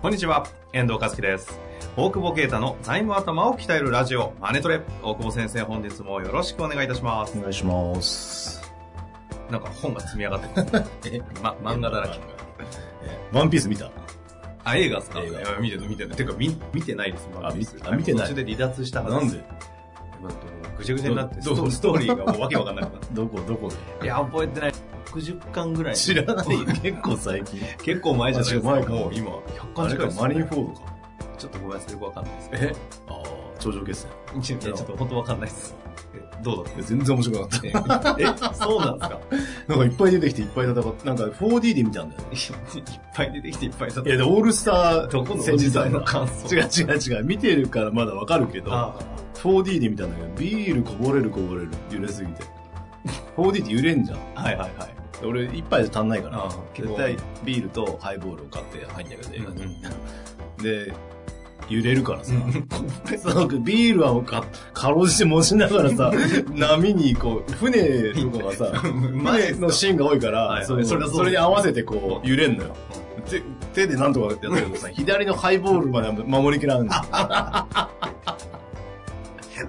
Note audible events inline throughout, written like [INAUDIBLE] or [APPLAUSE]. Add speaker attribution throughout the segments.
Speaker 1: こんにちは、遠藤和樹です。大久保啓太の財務頭を鍛えるラジオ、マネトレ。大久保先生、本日もよろしくお願いいたします
Speaker 2: お。願いします。
Speaker 1: なんか本が積み上がってます。 [LAUGHS]
Speaker 2: え
Speaker 1: ま、漫画だらけ。。
Speaker 2: ワンピース見た
Speaker 1: あ、映画っすか
Speaker 2: 映画
Speaker 1: いや見てない、見てない。てか、見、見てないです、
Speaker 2: あ見て
Speaker 1: 漫画
Speaker 2: あ見てない
Speaker 1: 途中で離脱したはず
Speaker 2: なんで
Speaker 1: なんかもうぐちゃぐちゃになって、ス
Speaker 2: ど
Speaker 1: ト
Speaker 2: ど
Speaker 1: ストーリーがもうわけわかんなくなっ
Speaker 2: どこどこ
Speaker 1: [LAUGHS] て。いや、覚えてない。60巻ぐらい。
Speaker 2: で知ら
Speaker 1: [LAUGHS]
Speaker 2: ないよ。結構最近。
Speaker 1: 結構前じゃないです
Speaker 2: あ
Speaker 1: か。
Speaker 2: 違う前か
Speaker 1: もう今、100
Speaker 2: あ
Speaker 1: 巻
Speaker 2: れ
Speaker 1: 近い
Speaker 2: か
Speaker 1: です、ね。
Speaker 2: マリンフォードか。
Speaker 1: ちょっとごめんなさい、よくわかんないですけど。
Speaker 2: えああ、頂上決戦。
Speaker 1: いやいやちょっと本当わかんないです。えどうだっ
Speaker 2: いや全然面白くなかった
Speaker 1: [LAUGHS] え、そうなんですか
Speaker 2: た。なんかいっぱい出てきていっぱい戦って、なんか 4D で見たんだよね。
Speaker 1: いっぱい出てきていっぱいだっ
Speaker 2: いや、でオールスタ
Speaker 1: どこ
Speaker 2: ー
Speaker 1: の
Speaker 2: 戦時
Speaker 1: 時代
Speaker 2: 代
Speaker 1: の
Speaker 2: の。
Speaker 1: 感想
Speaker 2: 違う違う違う。見てるからまだわかるけど、
Speaker 1: あ
Speaker 2: 4D で見たんだけど、ビールこぼれるこぼれる。揺れすぎて。4D って揺れんじゃん。
Speaker 1: あはいはいはい。
Speaker 2: 俺、一杯じゃ足んないから
Speaker 1: ああ、
Speaker 2: 絶対ビールとハイボールを買って入んだけど、映画に
Speaker 1: うんうん
Speaker 2: [LAUGHS] で、揺れるからさ [LAUGHS]
Speaker 1: う、ん
Speaker 2: そのビールはもうかかろうじて持ちながら [LAUGHS] さ、波にこう、船とかが [LAUGHS] さ、
Speaker 1: マジ
Speaker 2: 船
Speaker 1: っす
Speaker 2: の
Speaker 1: か
Speaker 2: シーンが多いか
Speaker 1: は
Speaker 2: ら、
Speaker 1: い
Speaker 2: そう
Speaker 1: そ
Speaker 2: そ
Speaker 1: れ
Speaker 2: れ
Speaker 1: はそう
Speaker 2: に合わせてこう、揺れんのよ。手手でなんとかやってるけどさ、 [LAUGHS] 左のハイボールまで守りきらんの [LAUGHS] よ。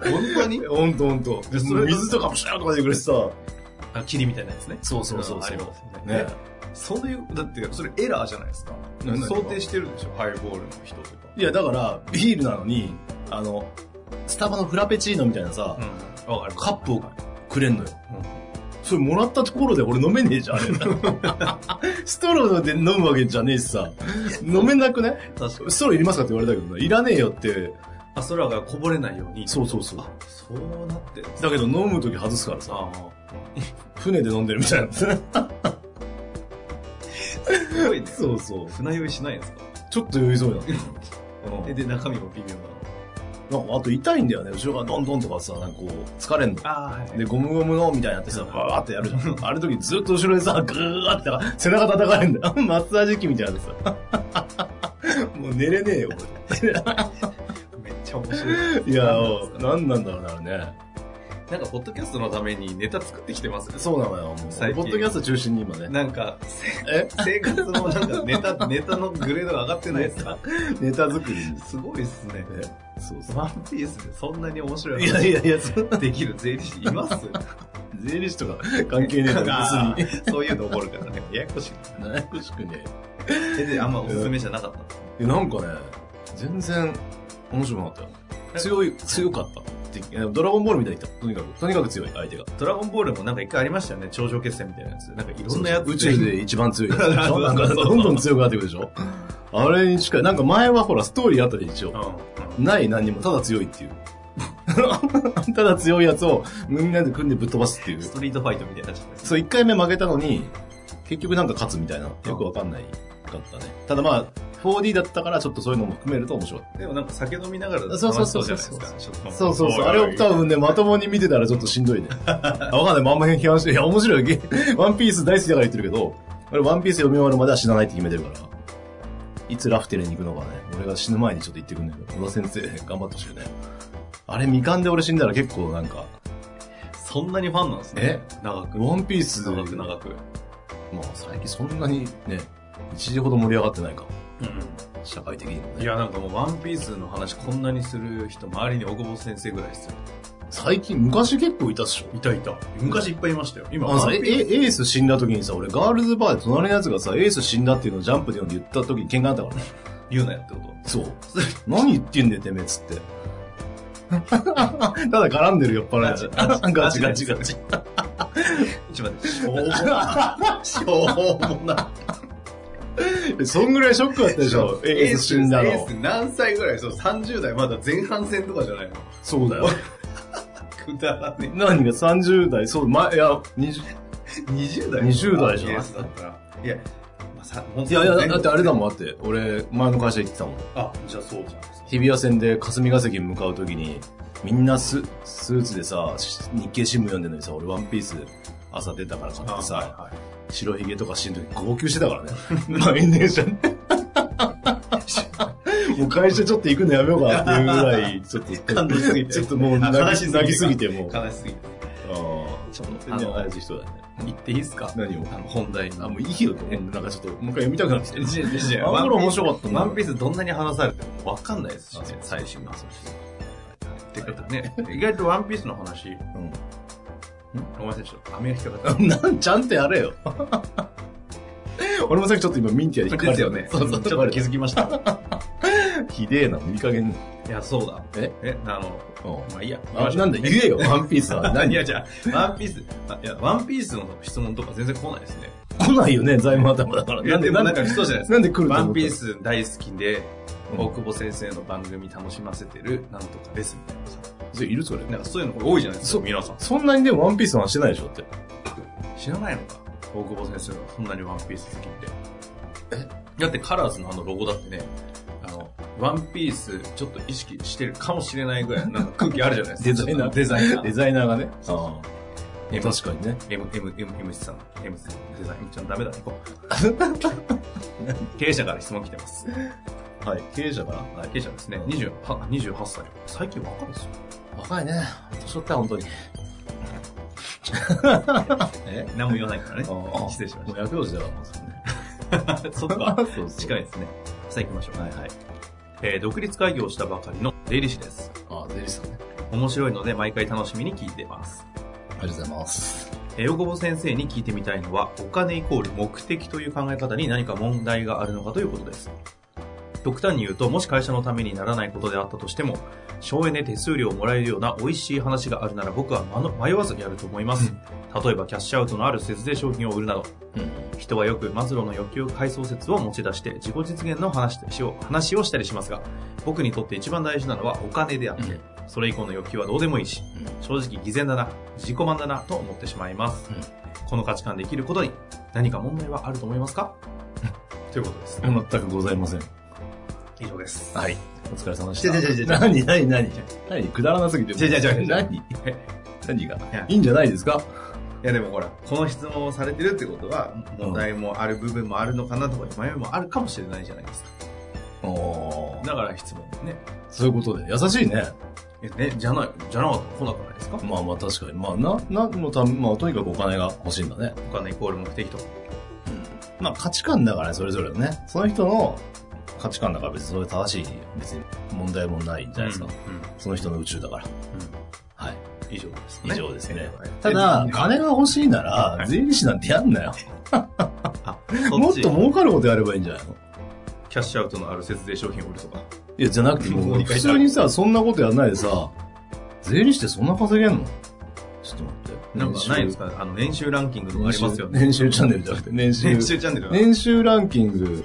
Speaker 1: 本当に
Speaker 2: ほんとほんと。
Speaker 1: で
Speaker 2: で
Speaker 1: それ
Speaker 2: 水とかもシャーとかでくれてさ、
Speaker 1: あ、霧みたいなやつね。
Speaker 2: そうそうそうそ
Speaker 1: あ
Speaker 2: うん
Speaker 1: りますよね
Speaker 2: ね。
Speaker 1: そういう、だって、それエラーじゃないですか
Speaker 2: な。何が
Speaker 1: 想定してるでしょハイボールの人とか。
Speaker 2: いや、だから、ビールなのに、あの、スタバのフラペチーノみたいなさ、
Speaker 1: うん。わかる。
Speaker 2: カップをくれんのよ。それもらったところで俺飲めね
Speaker 1: [LAUGHS]
Speaker 2: えじゃん、あれストローで飲むわけじゃねえしさ。飲めなくね
Speaker 1: 確かに。
Speaker 2: ストローいりますかって言われたけどな、いらねえよって。
Speaker 1: あ、空がこぼれないように。
Speaker 2: そうそうそう。
Speaker 1: あ、そうなってるんです
Speaker 2: だけど飲むとき外すからさ、
Speaker 1: ああ。
Speaker 2: 船で飲んでるみたいな。
Speaker 1: すごいね。
Speaker 2: そうそう。
Speaker 1: 船酔いしないんですか
Speaker 2: ちょっと酔いそうや
Speaker 1: え、
Speaker 2: な。
Speaker 1: で、中身も微妙
Speaker 2: なんかあと痛いんだよね。後ろがドンドンとかさ、なんかこう、疲れんの。
Speaker 1: な。ああ、はい
Speaker 2: で、ゴムゴムのみたいになってさ、バーってやるじゃん。あれ時ずっと後ろでさ、ぐーってなんか背中叩かれんだよ。 [LAUGHS] マッサージ機みたいなさ。 [LAUGHS] もう寝れねえよ、これ。
Speaker 1: めっちゃ面白い。
Speaker 2: いやー、何なんだろうなあれね。
Speaker 1: [LAUGHS] なんか、ポッドキャストのためにネタ作ってきてますね
Speaker 2: そうなのよ、もう。ポ
Speaker 1: 最
Speaker 2: ッ
Speaker 1: 近
Speaker 2: ドキャスト中心に今ね。
Speaker 1: なんか、せ
Speaker 2: え
Speaker 1: 生活のなんかネ [LAUGHS] タ、ネタのグレードが上がってないですか
Speaker 2: ネタ作りに。
Speaker 1: すごいっすね。
Speaker 2: そう
Speaker 1: ワンピースでそんなに面白い
Speaker 2: いやいやいや、そ
Speaker 1: 話できる税理士います
Speaker 2: 税理士とか関係ねえから
Speaker 1: あーそういうの起こるからね。ややこしい。
Speaker 2: 別に。悩ましくね
Speaker 1: えで、あんまおすすめじゃなかったんです
Speaker 2: え。なんかね、全然面白くなかったよ。強い、強かったって。いやドラゴンボールみたいにいた。とにかく、とにかく強い、相手が。
Speaker 1: ドラゴンボールもなんか一回ありましたよね。頂上決戦みたいなやつ。なんかいろんなやつ。
Speaker 2: 宇宙で一番 [LAUGHS] 強いやつでし
Speaker 1: そ
Speaker 2: ょ。
Speaker 1: うそ
Speaker 2: な
Speaker 1: うんそう
Speaker 2: か、どんどん強くなっていくでしょ。あれに近い。なんか前はほら、ストーリーあったで一応
Speaker 1: うん。。うん
Speaker 2: ない何にも、ただ強いっていう。 [LAUGHS] ただ強いやつを、みんなで組んでぶっ飛ばすっていう。
Speaker 1: ストリートファイトみたいになっちゃったやつ。
Speaker 2: そう、一回目負けたのに、結局なんか勝つみたいな、よくわかんないかったね。ただまあ、4D だったからちょっとそういうのも含めると面白い。
Speaker 1: でもなんか酒飲みながら楽し
Speaker 2: そうそう
Speaker 1: そ
Speaker 2: そうう
Speaker 1: じ
Speaker 2: そ
Speaker 1: ゃ
Speaker 2: う
Speaker 1: ないですか。ちょっと
Speaker 2: そうそうそう。あれを多分ね、まともに見てたらちょっとしんどいね。あわかんない。まああんま批判して、いや、面白い。ゲ [LAUGHS] ワンピース大好きだから言ってるけど、俺ワンピース読み終わるまでは死なないって決めてるから。いつラフテレに行くのかね。俺が死ぬ前にちょっと行ってくんねんけど。小田先生、頑張ってほしいね。あれ、未完で俺死んだら結構なんか、
Speaker 1: そんなにファンなんですね。長く。
Speaker 2: ワンピース、
Speaker 1: 長く長く。
Speaker 2: まあ最近そんなにね、一時ほど盛り上がってないか。
Speaker 1: う
Speaker 2: 社会的にも
Speaker 1: ん。い
Speaker 2: ね。
Speaker 1: や、なんかもうワンピースの話こんなにする人、周りに小久保先生ぐらいですよ。
Speaker 2: 最近、昔結構いたっしょ。
Speaker 1: いたいた。昔いっぱいいましたよ。今、
Speaker 2: あのさ、
Speaker 1: ワ
Speaker 2: え
Speaker 1: ン
Speaker 2: エ
Speaker 1: ピース
Speaker 2: ース死んだ時にさ、俺ガールズバーで隣のやつがさ、エース死んだっていうのをジャンプで読んで言った時に喧嘩になったからね。
Speaker 1: 言うなよってこと。
Speaker 2: そう。 [LAUGHS] 何言ってんだよ、てめえっつって。 [LAUGHS] ただ絡んでる酔っ払いやつ。ガチガ [LAUGHS] チガチ。
Speaker 1: チ。一番です。お
Speaker 2: [LAUGHS] しょうもない。えそんぐらいショ [LAUGHS] ックだったでしょ、エース死んだ
Speaker 1: エー
Speaker 2: の
Speaker 1: ス。何歳ぐらいそう、30代まだ前半戦とかじゃないの。
Speaker 2: そうだよ。
Speaker 1: くだらね
Speaker 2: 何が30代、そう、ま、いや、20、
Speaker 1: え。20代
Speaker 2: 20代じゃん
Speaker 1: ケースだったら。いや、まあ、さ、本
Speaker 2: いやいや、だってあれだ
Speaker 1: ん。
Speaker 2: もん、だって、俺、前の会社行ってたもん。
Speaker 1: あ、じゃあそうじゃないですか。
Speaker 2: 日比谷線で霞ヶ関に向かうときに、みんなススーツでさ、し日経新聞読んでるのにさ、俺ワンピース朝出たから買ってさ、
Speaker 1: は
Speaker 2: 白ひげとか死ん時号泣してたからね。 [LAUGHS] 満員電車に。 [LAUGHS] もう会社ちょっと行くのやめようかなっていうぐらい、ちょっ
Speaker 1: [LAUGHS]
Speaker 2: と、
Speaker 1: 感動しすぎて
Speaker 2: ちょっともう泣き泣きすぎて、も
Speaker 1: いは
Speaker 2: う。
Speaker 1: い。悲しすぎて。
Speaker 2: ああ、ちょっと、
Speaker 1: あの
Speaker 2: 同じ人だね。
Speaker 1: 言っていいですか
Speaker 2: 何を
Speaker 1: あの、本題
Speaker 2: あ、もういいよと思って、なんかちょっと、もう一回読みたくなってきて。
Speaker 1: じゃじ
Speaker 2: あの頃面白かったんだ
Speaker 1: ワンピースどんなに話されてもわかんないですし
Speaker 2: あそ
Speaker 1: ね
Speaker 2: う、
Speaker 1: 最新の話。ってことね、意外とワンピースの話、んごめんなさい、ちょっと、アメが引っかかった。
Speaker 2: うん。 [LAUGHS] なん、ちゃんとやれよ。俺もさっきちょっと今ミンティアで引っかか
Speaker 1: で
Speaker 2: れ
Speaker 1: す
Speaker 2: た
Speaker 1: よね。ち
Speaker 2: そ
Speaker 1: ょ
Speaker 2: うそ
Speaker 1: っ
Speaker 2: う、
Speaker 1: と気づきました。
Speaker 2: ひでえな、いい加減に。
Speaker 1: いや、そうだ。
Speaker 2: え
Speaker 1: え、あの、
Speaker 2: う
Speaker 1: まあいいや。
Speaker 2: ん。あ、なんだ、言えよ、ワンピース [LAUGHS] は。
Speaker 1: い
Speaker 2: 何
Speaker 1: や、じゃあ、ワンピース、あいや、ワンピースの質問とか全然来ないですね。
Speaker 2: 来ないよね、財務頭だから。
Speaker 1: いや、でも
Speaker 2: な
Speaker 1: なんん
Speaker 2: で
Speaker 1: か来そうじゃないですか。
Speaker 2: なんで来ると
Speaker 1: ワ
Speaker 2: 思
Speaker 1: ン
Speaker 2: っ
Speaker 1: ピー
Speaker 2: た
Speaker 1: ス大好きで、
Speaker 2: うん
Speaker 1: 大久保先生の番組楽しませてる、なんとかですみたいなさ。
Speaker 2: それいるそれ。
Speaker 1: なんかそういうの多いじゃないです
Speaker 2: そ
Speaker 1: か、皆さん。
Speaker 2: そんなにでもワンピースの話してないでしょって。
Speaker 1: 知らないのか大久保先生がそんなにワンピース好きって。だってカラーズのあのロゴだってね、あの、ワンピースちょっと意識してるかもしれないぐらいのなんか空気あるじゃないですか。
Speaker 2: デザイナー
Speaker 1: デザイナ
Speaker 2: [LAUGHS] デ
Speaker 1: ー。
Speaker 2: ザイナーがね。ああ。
Speaker 1: M
Speaker 2: 確かにね。
Speaker 1: M、M、M、M さん。M さん、デザイン。M ちゃんダメだ、行こ
Speaker 2: [LAUGHS]
Speaker 1: う。経営者から質問来てます。
Speaker 2: はい。経営者から。はい
Speaker 1: 経営者ですね。28, 28歳。最近若いですよ。
Speaker 2: 若いね。年取った、本当に。 [LAUGHS] え
Speaker 1: 何も言わないからね
Speaker 2: あ。あ
Speaker 1: 失礼しま
Speaker 2: も
Speaker 1: し
Speaker 2: う役年だから、もうそれね。
Speaker 1: た。 [LAUGHS] そっか。近いですね。さあ行きましょう。はいはい。えー、独立開業したばかりの税理士です。
Speaker 2: あ、ゼリーさんね。
Speaker 1: 面白いので毎回楽しみに聞いてます。
Speaker 2: ありがとうございます。
Speaker 1: えー、大久保先生に聞いてみたいのは、お金イコール目的という考え方に何か問題があるのかということです。極端に言うと、もし会社のためにならないことであったとしても、省エネ手数料をもらえるような美味しい話があるなら僕はまの迷わずやると思います。例えば、キャッシュアウトのある節税商品を売るなど、人はよくマズローの欲求階層説を持ち出して自己実現の話を話をしたりしますが僕にとって一番大事なのはお金であって、
Speaker 2: うん
Speaker 1: それ以降の欲求はどうでもいいし、正直偽善だな自己満だなと思ってしまいます、
Speaker 2: うん
Speaker 1: この価値観で生きることに何か問題はあると思いますかということです、
Speaker 2: うん。全くございません。
Speaker 1: 以上です
Speaker 2: はい。お疲れ様でした。
Speaker 1: ちょちょちょちょ
Speaker 2: 何、何、何何くだらなすぎて。
Speaker 1: ちょちょちょちょ
Speaker 2: 何
Speaker 1: え
Speaker 2: [LAUGHS] 何が
Speaker 1: や
Speaker 2: いいんじゃないですか
Speaker 1: いやでもほらこの質問をされてるってことは問題もある部分もあるのかなとか迷いもあるかもしれないじゃないですか
Speaker 2: おー
Speaker 1: だから質問ね
Speaker 2: そういうことで。優しいね。
Speaker 1: えねじゃないじゃなかったら来なくないですか
Speaker 2: まあまあ確かに。まあ、な、なんのため、まあとにかくお金が欲しいんだね。
Speaker 1: お金イコール目的と
Speaker 2: まあ価値観だからね、それぞれのね。その人の価値観だから別にそれ正しい、別に問題もないんじゃないですか。
Speaker 1: うんうん
Speaker 2: その人の宇宙だから。はい。
Speaker 1: 以上ですね。
Speaker 2: 以上ですね。
Speaker 1: はい
Speaker 2: ただ、
Speaker 1: え
Speaker 2: 金が欲しいなら
Speaker 1: は、い
Speaker 2: 税理士なんてやんな [LAUGHS] よ。
Speaker 1: あそ
Speaker 2: もっ
Speaker 1: っち
Speaker 2: と儲かることやればいいんじゃないの
Speaker 1: キャッシュアウトのある節税商品を売るとか。
Speaker 2: いや、じゃなくて、
Speaker 1: も
Speaker 2: も
Speaker 1: う
Speaker 2: う
Speaker 1: 理解
Speaker 2: 普
Speaker 1: した
Speaker 2: 通にさ、そんなことやらないでさ、税理士ってそんな稼げんのちょっと待って。
Speaker 1: なんかないです
Speaker 2: か
Speaker 1: かあの、年収ランキングとかありますよね。
Speaker 2: 年収チャンネルじゃなくて、年収。
Speaker 1: 年収チャンネルが。
Speaker 2: 年収ランキング、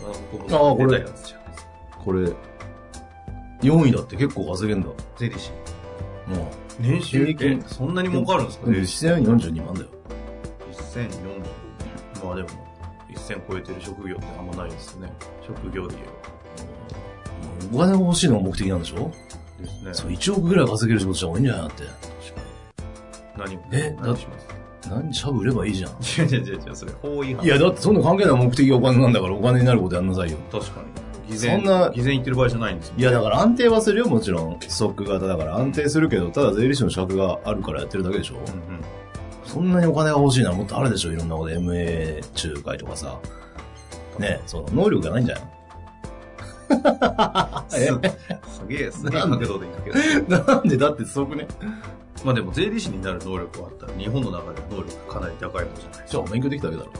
Speaker 1: あ
Speaker 2: あこれ
Speaker 1: 出たやつじゃないですか。
Speaker 2: これ、4位だって結構稼げんだ。も
Speaker 1: 税理士。
Speaker 2: う。
Speaker 1: 年収
Speaker 2: 平均
Speaker 1: えそんなに儲かるんですかね
Speaker 2: で、1442万だよ。
Speaker 1: ?1040。まあでも、1000超えてる職業ってあんまないですよね。職業で言
Speaker 2: お金が欲しいのが目的なんでしょ
Speaker 1: えば。です
Speaker 2: そ
Speaker 1: ね。
Speaker 2: う、1億ぐらい稼げる仕事じゃ多いんじゃないかっ
Speaker 1: 何
Speaker 2: え
Speaker 1: 何します
Speaker 2: て。何、シャブ売ればいいじゃん。
Speaker 1: 違う違う違う違う、それ法違反。
Speaker 2: いや、だってそんな関係ない目的がお金なんだからお金になることやんなさいよ。
Speaker 1: 確かに。偽善、
Speaker 2: そんな
Speaker 1: 偽善言ってる場合じゃないんですよ。
Speaker 2: いや、だから安定はするよ、もちろん。ストック型だから安定するけど、ただ税理士の資格があるからやってるだけでしょ。
Speaker 1: うんうん。
Speaker 2: そんなにお金が欲しいならもっとあるでしょ、いろんなこと。MA 仲介とかさ。ね、その能力がないんじゃない
Speaker 1: すすげえ、すげえ角度で言うけど。
Speaker 2: え [LAUGHS] なんでだってすごくね。
Speaker 1: まあでも税理士になる能力があったら日本の中で能力かなり高い方じゃないです
Speaker 2: じゃあ勉強できたわけだろ。
Speaker 1: か。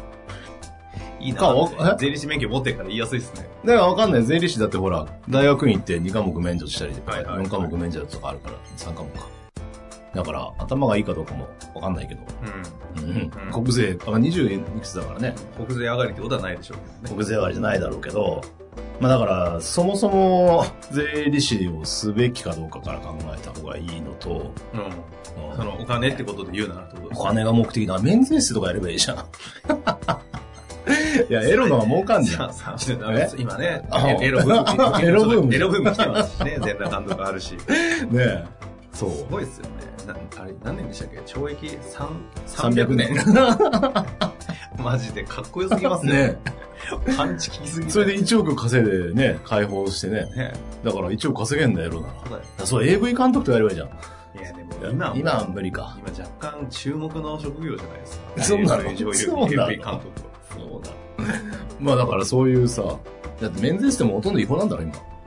Speaker 1: いい
Speaker 2: かわ
Speaker 1: な。税理士免許持ってるから言いやすいですね。
Speaker 2: だからわかんない。税理士だってほら、大学院行って2科目免除したりとか、
Speaker 1: はいはい
Speaker 2: 4科目免除とかあるから、3科目か。だから、頭がいいかどうかもわかんないけど。うん。国税、あ20いくつだからね。
Speaker 1: うん。国税上がりってことはないでしょうけどね。
Speaker 2: 国税割りじゃないだろうけど、まあだから、そもそも [LAUGHS] 税理士をすべきかどうかから考えた方がいいのと、
Speaker 1: うん。
Speaker 2: うん
Speaker 1: その、お金ってことで言うならってことです
Speaker 2: お金が目的だ。免税制とかやればいいじゃん。 [LAUGHS] いや、エロのは儲かんじゃん。
Speaker 1: ささ
Speaker 2: え
Speaker 1: 今ね
Speaker 2: あ、
Speaker 1: エロブーム。
Speaker 2: [LAUGHS] エロブーム
Speaker 1: エロブーム来てますしね、全裸監督あるし。す
Speaker 2: ねえ。そう。
Speaker 1: ごいですよね。なあれ、何年でしたっけ懲役3
Speaker 2: 300
Speaker 1: 300
Speaker 2: 年
Speaker 1: 年。。マジでかっこよすぎますね。
Speaker 2: [LAUGHS] ね
Speaker 1: パンチ効きすぎて
Speaker 2: それで1億稼いでね、解放してね。
Speaker 1: ね。
Speaker 2: だから1億稼げんだよ、エロなら。
Speaker 1: そうだよ
Speaker 2: あそう、AV 監督とやればいいじゃん。
Speaker 1: いや、でも今は
Speaker 2: 今は無理か。
Speaker 1: 今若干注目の職業じゃないですか。
Speaker 2: そうなの
Speaker 1: 女優、
Speaker 2: そうなの
Speaker 1: AV 監督。
Speaker 2: そうだ。 [LAUGHS] まあだからそういうさ、だって免税してもほとんど違法なん
Speaker 1: [LAUGHS]
Speaker 2: だろ、今。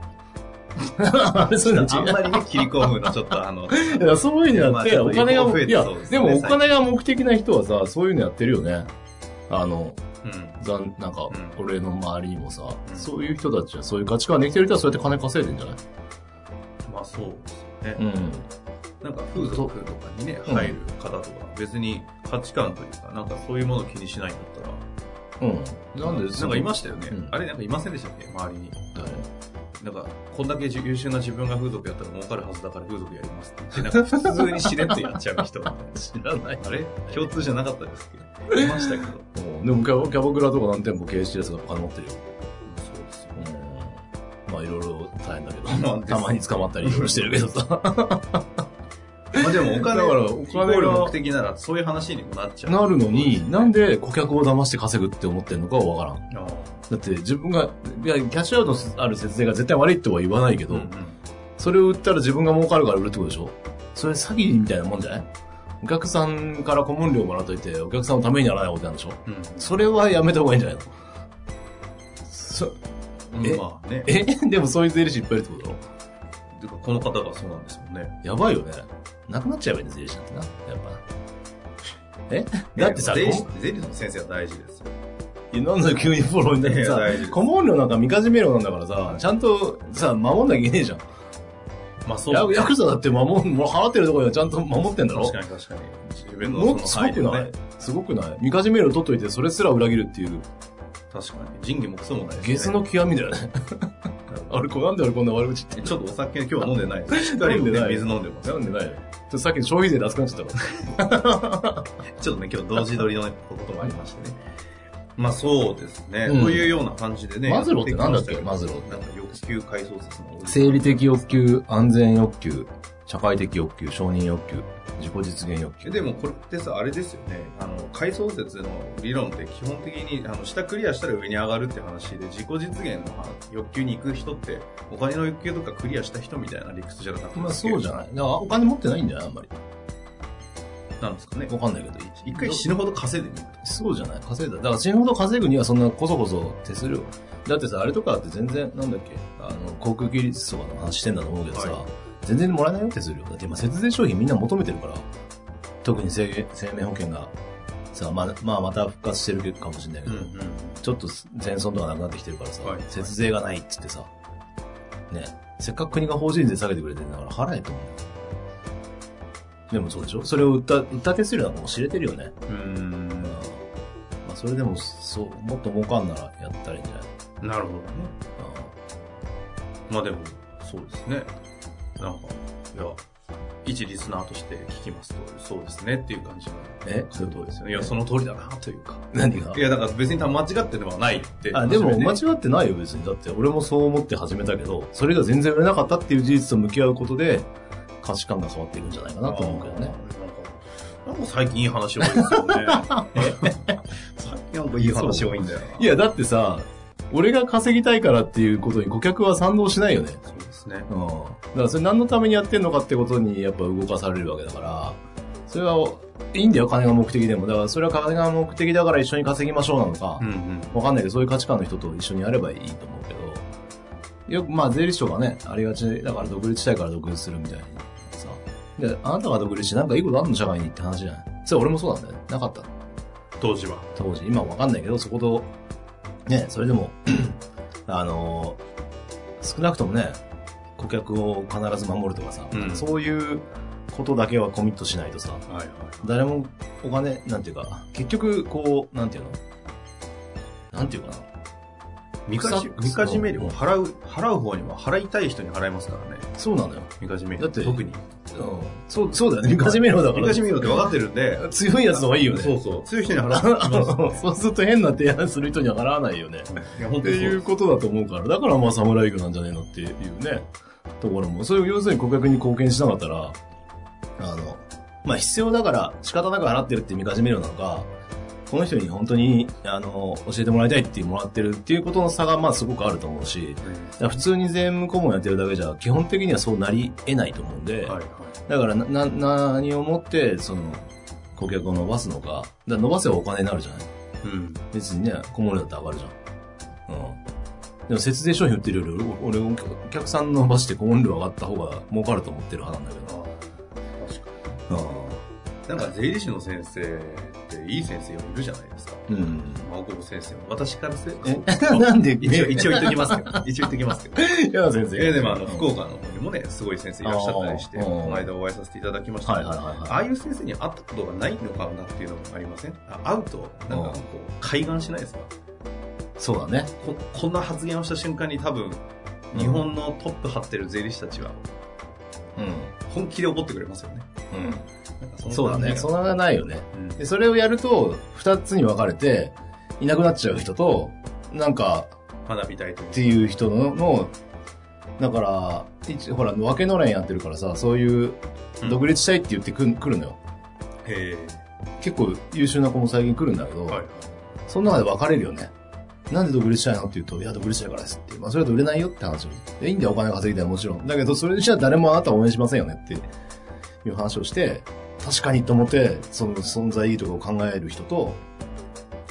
Speaker 2: あれそういうの
Speaker 1: あん
Speaker 2: 違う
Speaker 1: まりね、切り込むのちょっ
Speaker 2: [LAUGHS]
Speaker 1: とあの、
Speaker 2: いや。そういうのやって、
Speaker 1: まあ
Speaker 2: お金が、
Speaker 1: ちょっと違法増え
Speaker 2: い
Speaker 1: て
Speaker 2: や
Speaker 1: そうで、す
Speaker 2: で
Speaker 1: ね
Speaker 2: もお金が目的な人はさ、そういうのやってるよね。あの、
Speaker 1: うん。
Speaker 2: ざんなんか、
Speaker 1: うん
Speaker 2: 俺の周りにもさ、
Speaker 1: うん
Speaker 2: そういう人たちは、そういう価値観できてる人はそうやって金稼いでんじゃない
Speaker 1: まあそうですね。
Speaker 2: うん。
Speaker 1: なんか風俗とかにね、入る方とか、別に価値観というか、なんかそういうものを気にしないんだったら、
Speaker 2: うん。なんで、
Speaker 1: なんかいましたよね。
Speaker 2: うん
Speaker 1: あれなんかいませんでしたっけ周りに。
Speaker 2: たね。
Speaker 1: なんか、こんだけ優秀な自分が風俗やったら儲かるはずだから風俗やりますって言って、なんか普通にしれっとやっちゃう人みたいな。
Speaker 2: 知らない。
Speaker 1: あれ共通じゃなかったですけど。いましたけど。
Speaker 2: うんでもキャバキャバクラとか何店舗経営してるやつが金持ってるよ。
Speaker 1: そうですよ。
Speaker 2: うん。まあいろいろ大変
Speaker 1: [LAUGHS]
Speaker 2: だけ
Speaker 1: まあ
Speaker 2: ど、
Speaker 1: です
Speaker 2: [LAUGHS] たまに捕まったりいろいろしてるけどさ。
Speaker 1: まあでもお金
Speaker 2: だから
Speaker 1: が、
Speaker 2: お
Speaker 1: お
Speaker 2: 金が
Speaker 1: 金が目的ならそういう話にもなっちゃう。
Speaker 2: なるのに、なんで顧客を騙して稼ぐって思ってるのかはわからん。
Speaker 1: ああ
Speaker 2: だって自分が、いや、キャッシュアウトある節税が絶対悪いとは言わないけど、
Speaker 1: うんうん
Speaker 2: それを売ったら自分が儲かるから売るってことでしょそれ詐欺みたいなもんじゃないお客さんから顧問料もらっといて、お客さんのためにならないことなんでしょ
Speaker 1: うん
Speaker 2: それはやめた方がいいんじゃないのそ [LAUGHS]
Speaker 1: うん
Speaker 2: え
Speaker 1: まあね。
Speaker 2: えでもそういう税理士いっぱいいるってことだろ
Speaker 1: てかこの方がそうなんですもんね。
Speaker 2: やばいよね。なくなっちゃえばいいね、税理士なんてな。やっぱな。えだってさ、
Speaker 1: ゼリ
Speaker 2: こ
Speaker 1: ゼリーの先生は大事ですよ。
Speaker 2: ん [LAUGHS] なんだよ急にフォローになって
Speaker 1: いや
Speaker 2: さ
Speaker 1: 大事で、す
Speaker 2: 顧問料なんか見かじめ料なんだからさ、ちゃんとさ、守んなきゃいけねえじゃん。
Speaker 1: まあそう
Speaker 2: ヤクヤクザだって守ん、もう払ってるところにはちゃんと守ってんだろ
Speaker 1: 確かに確かに。自分の
Speaker 2: も
Speaker 1: そ
Speaker 2: っ
Speaker 1: の
Speaker 2: とすごく
Speaker 1: 配慮
Speaker 2: ない、すごくない見かじめ料取っといて、それすら裏切るっていう、
Speaker 1: 確かに。仁義もクソもないです、ね。
Speaker 2: ゲスの極みだよね。 [LAUGHS] あれ、こなんで俺こんな悪口言ってんの
Speaker 1: ちょっとお酒今日は飲んでないです。しっかり、
Speaker 2: [LAUGHS] 飲んで
Speaker 1: ね、
Speaker 2: ない
Speaker 1: 水飲んでます。
Speaker 2: なんでないよ。ちょっとさっきの消費税で熱くなっちゃったか
Speaker 1: ちょっとね、今日同時撮りのこともありましてね。まあそうですね。
Speaker 2: うん
Speaker 1: というような感じでね。
Speaker 2: マズローってなんだっけ
Speaker 1: やてきま
Speaker 2: マズ
Speaker 1: した
Speaker 2: ロ
Speaker 1: け
Speaker 2: ー
Speaker 1: ど
Speaker 2: って
Speaker 1: なんか欲求回想説の。
Speaker 2: ら。生理的欲求、安全欲求、社会的欲求、承認欲求、自己実現欲
Speaker 1: え
Speaker 2: 求。
Speaker 1: でもこれってさ、あれですよね。あの、階層説の理論って基本的に、あの、下クリアしたら上に上がるって話で、自己実現の話欲求に行く人って、お金の欲求とかクリアした人みたいな理屈じゃなかった
Speaker 2: まあそうじゃ
Speaker 1: い
Speaker 2: ない。だからお金持ってないんじゃないあんまり。
Speaker 1: なんですかね。
Speaker 2: わかんないけど。
Speaker 1: 一回死ぬほど稼いでみると。
Speaker 2: そうじゃない稼いだ。だから死ぬほど稼ぐにはそんなこそこそ手数料。だってさ、あれとかって全然、なんだっけ、あの、航空技術とかの話してんだと思うけどさ、
Speaker 1: は
Speaker 2: 全然もらえないよ手数料。だって今節税商品みんな求めてるから。特に生生命保険が、さ、まあ、まあまた復活してるかもしれないけ
Speaker 1: うん
Speaker 2: ど、ちょっと戦争とかなくなってきてるからさ、
Speaker 1: はい
Speaker 2: 節税がないって言ってさ、ね、せっかく国が法人税下げてくれてるんだから払えと思うよ。でもそうでしょそれを売った、売った手数料なんかもう知れてるよね。
Speaker 1: うん。う
Speaker 2: まあ、それでもそうもっと儲かんならやったらいいんじゃない
Speaker 1: ーん。なるほどね。まあでも、そうですね。なんか、いや、一リスナーとして聞きますと、そうですねっていう感じの
Speaker 2: え
Speaker 1: 回答ですよね。いや、その通りだなというか。
Speaker 2: 何が
Speaker 1: いや、だから別に多分間違ってではないって。
Speaker 2: あでも間違
Speaker 1: 初
Speaker 2: ってないよ別にだって俺もそう思って始めたけどそれが全然売れなかったっていう事実と向き合うことで価値観が変わっていくんじゃないか
Speaker 1: め
Speaker 2: なと思うけどね。
Speaker 1: あーなんかなんか最近いい話多いですよね。最近なんかいい話多いんだよな。
Speaker 2: い、やだってさ俺が稼ぎたいからっていうことに顧客は賛同しないよね
Speaker 1: そうですね。
Speaker 2: うんだからそれ何のためにやってんのかってことにやっぱ動かされるわけだからそれはいいんだよ金が目的でもだからそれは金が目的だから一緒に稼ぎましょうなのか、
Speaker 1: うんうん。
Speaker 2: わかんないけど、そういう価値観の人と一緒にやればいいと思うけど、よく、まあ、税理士とかね、ありがちだから独立したいから独立するみたいにさ、で、あなたが独立してなんかいいことあんの社会にって話じゃないそれ俺もそうなんだよね。なかった。
Speaker 1: 当時は。
Speaker 2: 当時、今はわかんないけど、そこと、ね、それでも、 [CLEARS THROAT] あのー少なくともね、顧客を必ず守るとかさ、
Speaker 1: うん
Speaker 2: そういうことだけはコミットしないとさ、
Speaker 1: はいはい。
Speaker 2: 誰もお金、なんていうか、結局、こう、なんていうのなんていうかな。
Speaker 1: みかじ
Speaker 2: 草
Speaker 1: みかじめ料を払う、払う方には払いたい人に払いますからね。
Speaker 2: そうなのよ。
Speaker 1: みかじめ料。
Speaker 2: だって
Speaker 1: 特に。
Speaker 2: そう、そうだよね。みかじめ料だか
Speaker 1: み
Speaker 2: ら。
Speaker 1: かじめ料って分かってるんで、
Speaker 2: 強いやつの方がいいよね。
Speaker 1: そうそう。強い人に払ってきます。
Speaker 2: [LAUGHS] そうすると変な提案する人には払わないよね。
Speaker 1: いや、本
Speaker 2: っ
Speaker 1: 当
Speaker 2: て
Speaker 1: にそう
Speaker 2: い
Speaker 1: で
Speaker 2: う
Speaker 1: す。
Speaker 2: ことだと思うから、だからまあ侍魚なんじゃねえのっていうね、ところも、それを要するに顧客に貢献しなかったら、あの、まあ必要だから仕方なく払ってるって見始めるのか、この人に本当に、あの、教えてもらいたいってもらってるっていうことの差がまあすごくあると思うし、だから普通に税務顧問やってるだけじゃ基本的にはそうなり得ないと思うん
Speaker 1: は
Speaker 2: で、
Speaker 1: いはい。
Speaker 2: だからな、な、何をもって、その、顧客を伸ばすのか、だから伸ばせばお金になるじゃない
Speaker 1: うん。
Speaker 2: 別にね、小物だって上がるじゃん。うん。でも節税商品売ってるより、俺、俺お客さん伸ばして小物量上がった方が儲かると思ってる派なんだけ
Speaker 1: ああ確か
Speaker 2: ど。
Speaker 1: に。なんか税理士の先生っていい先生いるじゃないですか。
Speaker 2: うん。うん。
Speaker 1: 青久保先生。私からせ、
Speaker 2: [LAUGHS] なんで、 [LAUGHS]
Speaker 1: 一応、一応言っときますけど。一応言っときますけど。
Speaker 2: 嫌な先生。
Speaker 1: ええでもあの、福岡の方にもね、すごい先生いらっしゃったりして、
Speaker 2: あー
Speaker 1: この間お会いさせていただきました
Speaker 2: は
Speaker 1: け
Speaker 2: い
Speaker 1: ど。
Speaker 2: はいはい
Speaker 1: あ
Speaker 2: は
Speaker 1: あいう先生に会ったことがないのかなっていうのもありませんあ会うと、なんかこう、開眼しないですか
Speaker 2: い。そうだね。
Speaker 1: ここんな発言をした瞬間に多分、日本のトップ張ってる税理士たちは、
Speaker 2: うん。
Speaker 1: 本気で怒ってくれますよね。なんか
Speaker 2: うん。
Speaker 1: の
Speaker 2: そうだね。
Speaker 1: 感じ
Speaker 2: そ
Speaker 1: が
Speaker 2: んながないよね。
Speaker 1: うん
Speaker 2: で、それをやると、二つに分かれて、いなくなっちゃう人と、なんか、
Speaker 1: 学びたいという
Speaker 2: っていう人ののだから一ほら分けのれんやってるからさそういう
Speaker 1: うん
Speaker 2: 独立したいって言ってくん、来るのよ
Speaker 1: へ
Speaker 2: 結構優秀な子も最近来るんだけど、
Speaker 1: え。はい。
Speaker 2: その中で分かれるよねなんで独立したいのって言うと、いや、独立したいからですって。まあ、それだと売れないよって話を。でいいんだよ、お金稼ぎたい、もちろん。だけど、それじゃ誰もあなたを応援しませんよねっていう話をして、確かにと思って、その存在意義とかを考える人と、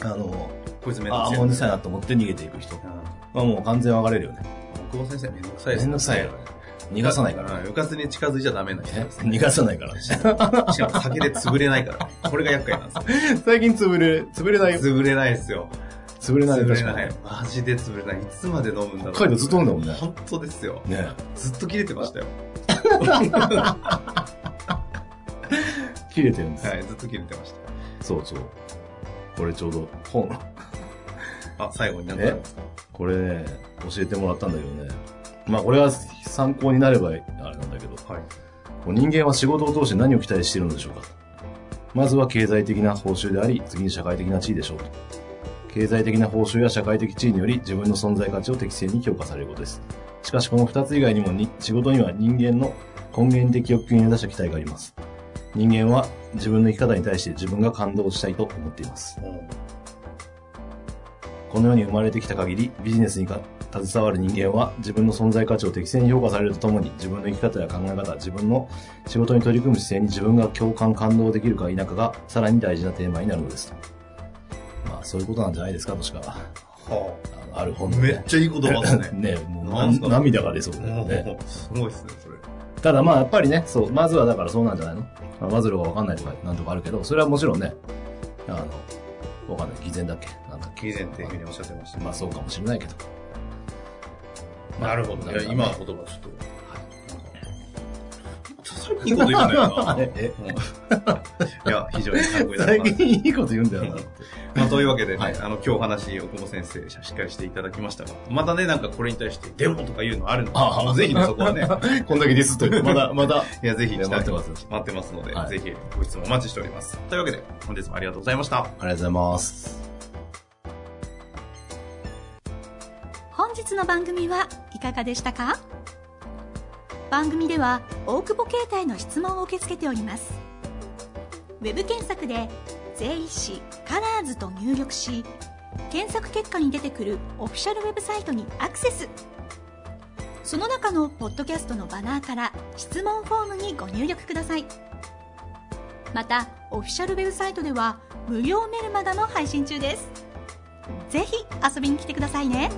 Speaker 2: あの、
Speaker 1: こいつめんど
Speaker 2: あ
Speaker 1: く
Speaker 2: あ、
Speaker 1: さい。
Speaker 2: もう2歳なと思って逃げていく人。ま
Speaker 1: あ
Speaker 2: あ、もう完全分かれるよね。
Speaker 1: ー久保先生めんどくさいです。
Speaker 2: めんどくさいよ逃がさないから。
Speaker 1: ら。うかつに近づいちゃダメな人です。
Speaker 2: [LAUGHS] 逃がさないから。
Speaker 1: しかも酒で潰れないからね。これが厄介なんで
Speaker 2: 最近潰れ、潰れないよ
Speaker 1: す。よ。潰れないですよ。
Speaker 2: 潰れない
Speaker 1: 潰
Speaker 2: よ、
Speaker 1: れ
Speaker 2: 確か
Speaker 1: ない
Speaker 2: に。。
Speaker 1: マジで潰れない。いつまで飲むんだろう。
Speaker 2: 北海道ずっと飲んだもんね
Speaker 1: 本当ですよ。
Speaker 2: ね
Speaker 1: ずっと切れてましたよ。
Speaker 2: 切れてるんですよ
Speaker 1: はい、ずっと切れてまし
Speaker 2: そうそう。これちょうど本。
Speaker 1: た。あ、最後になんかありますか
Speaker 2: これね、教えてもらったんだけどね。まあこれは参考になればあれなんだけど、
Speaker 1: はい。
Speaker 2: こう人間は仕事を通して何を期待しているのでしょうかまずは経済的な報酬であり、次に社会的な地位でしょうと。経済的な報酬や社会的地位により自分の存在価値を適正に評価されることです。しかしこの二つ以外にもに仕事には人間の根源的欲求に出した期待があります。人間は自分の生き方に対して自分が感動したいと思っています。この世に生まれてきた限り、ビジネスにか携わる人間は自分の存在価値を適正に評価されるとともに、自分の生き方や考え方、自分の仕事に取り組む姿勢に自分が共感感動できるか否かが、さらに大事なテーマになるのですと。まあ、そういうことなんじゃないですか、としか、
Speaker 1: は
Speaker 2: あのある
Speaker 1: あ
Speaker 2: 本で、
Speaker 1: めっ
Speaker 2: ね。
Speaker 1: ちゃいい言葉ですね。
Speaker 2: ね、もう
Speaker 1: なんすか
Speaker 2: 涙が出そうだよね。
Speaker 1: もう、すごいですね、それ。
Speaker 2: ただまあやっぱりね、そう、まずはだからそうなんじゃないの、まあ、マズローがわかんないとかなんとかあるけど、それはもちろんね、あの、わかんない。偽善だっけなんだっけ
Speaker 1: 以前っていうふうにおっしゃってました。
Speaker 2: まあそうかもしれないけど。
Speaker 1: なるほど。いや、今の言葉ちょっと。最近いい
Speaker 2: い
Speaker 1: こと言うんだよな。
Speaker 2: [LAUGHS] え
Speaker 1: いや、非常に参考になり
Speaker 2: 最
Speaker 1: ます。
Speaker 2: 近いいこと言うんだよな。
Speaker 1: まあ、というわけでね、
Speaker 2: はい
Speaker 1: あの、今日お話、奥保先生、しっかりしていただきましたが、またね、なんかこれに対して、デモとか言うのあるの
Speaker 2: あ
Speaker 1: で、ぜひね、そこはね、
Speaker 2: [LAUGHS] こんだけディス
Speaker 1: [LAUGHS]
Speaker 2: っといて、まだ、まだ。
Speaker 1: いや、ぜひ、
Speaker 2: ね待ってます
Speaker 1: 待ってますので、
Speaker 2: はい
Speaker 1: ぜひ、ご質問お待ちしております。というわけで、本日もありがとうございました。
Speaker 2: ありがとうございます。
Speaker 3: 本日の番組はいかがでしたか番組では大久保携帯の質問を受け付けておりますウェブ検索で「税理士カラーズと入力し検索結果に出てくるオフィシャルウェブサイトにアクセスその中のポッドキャストのバナーから質問フォームにご入力くださいまたオフィシャルウェブサイトでは無料メルマガも配信中ですぜひ遊びに来てくださいね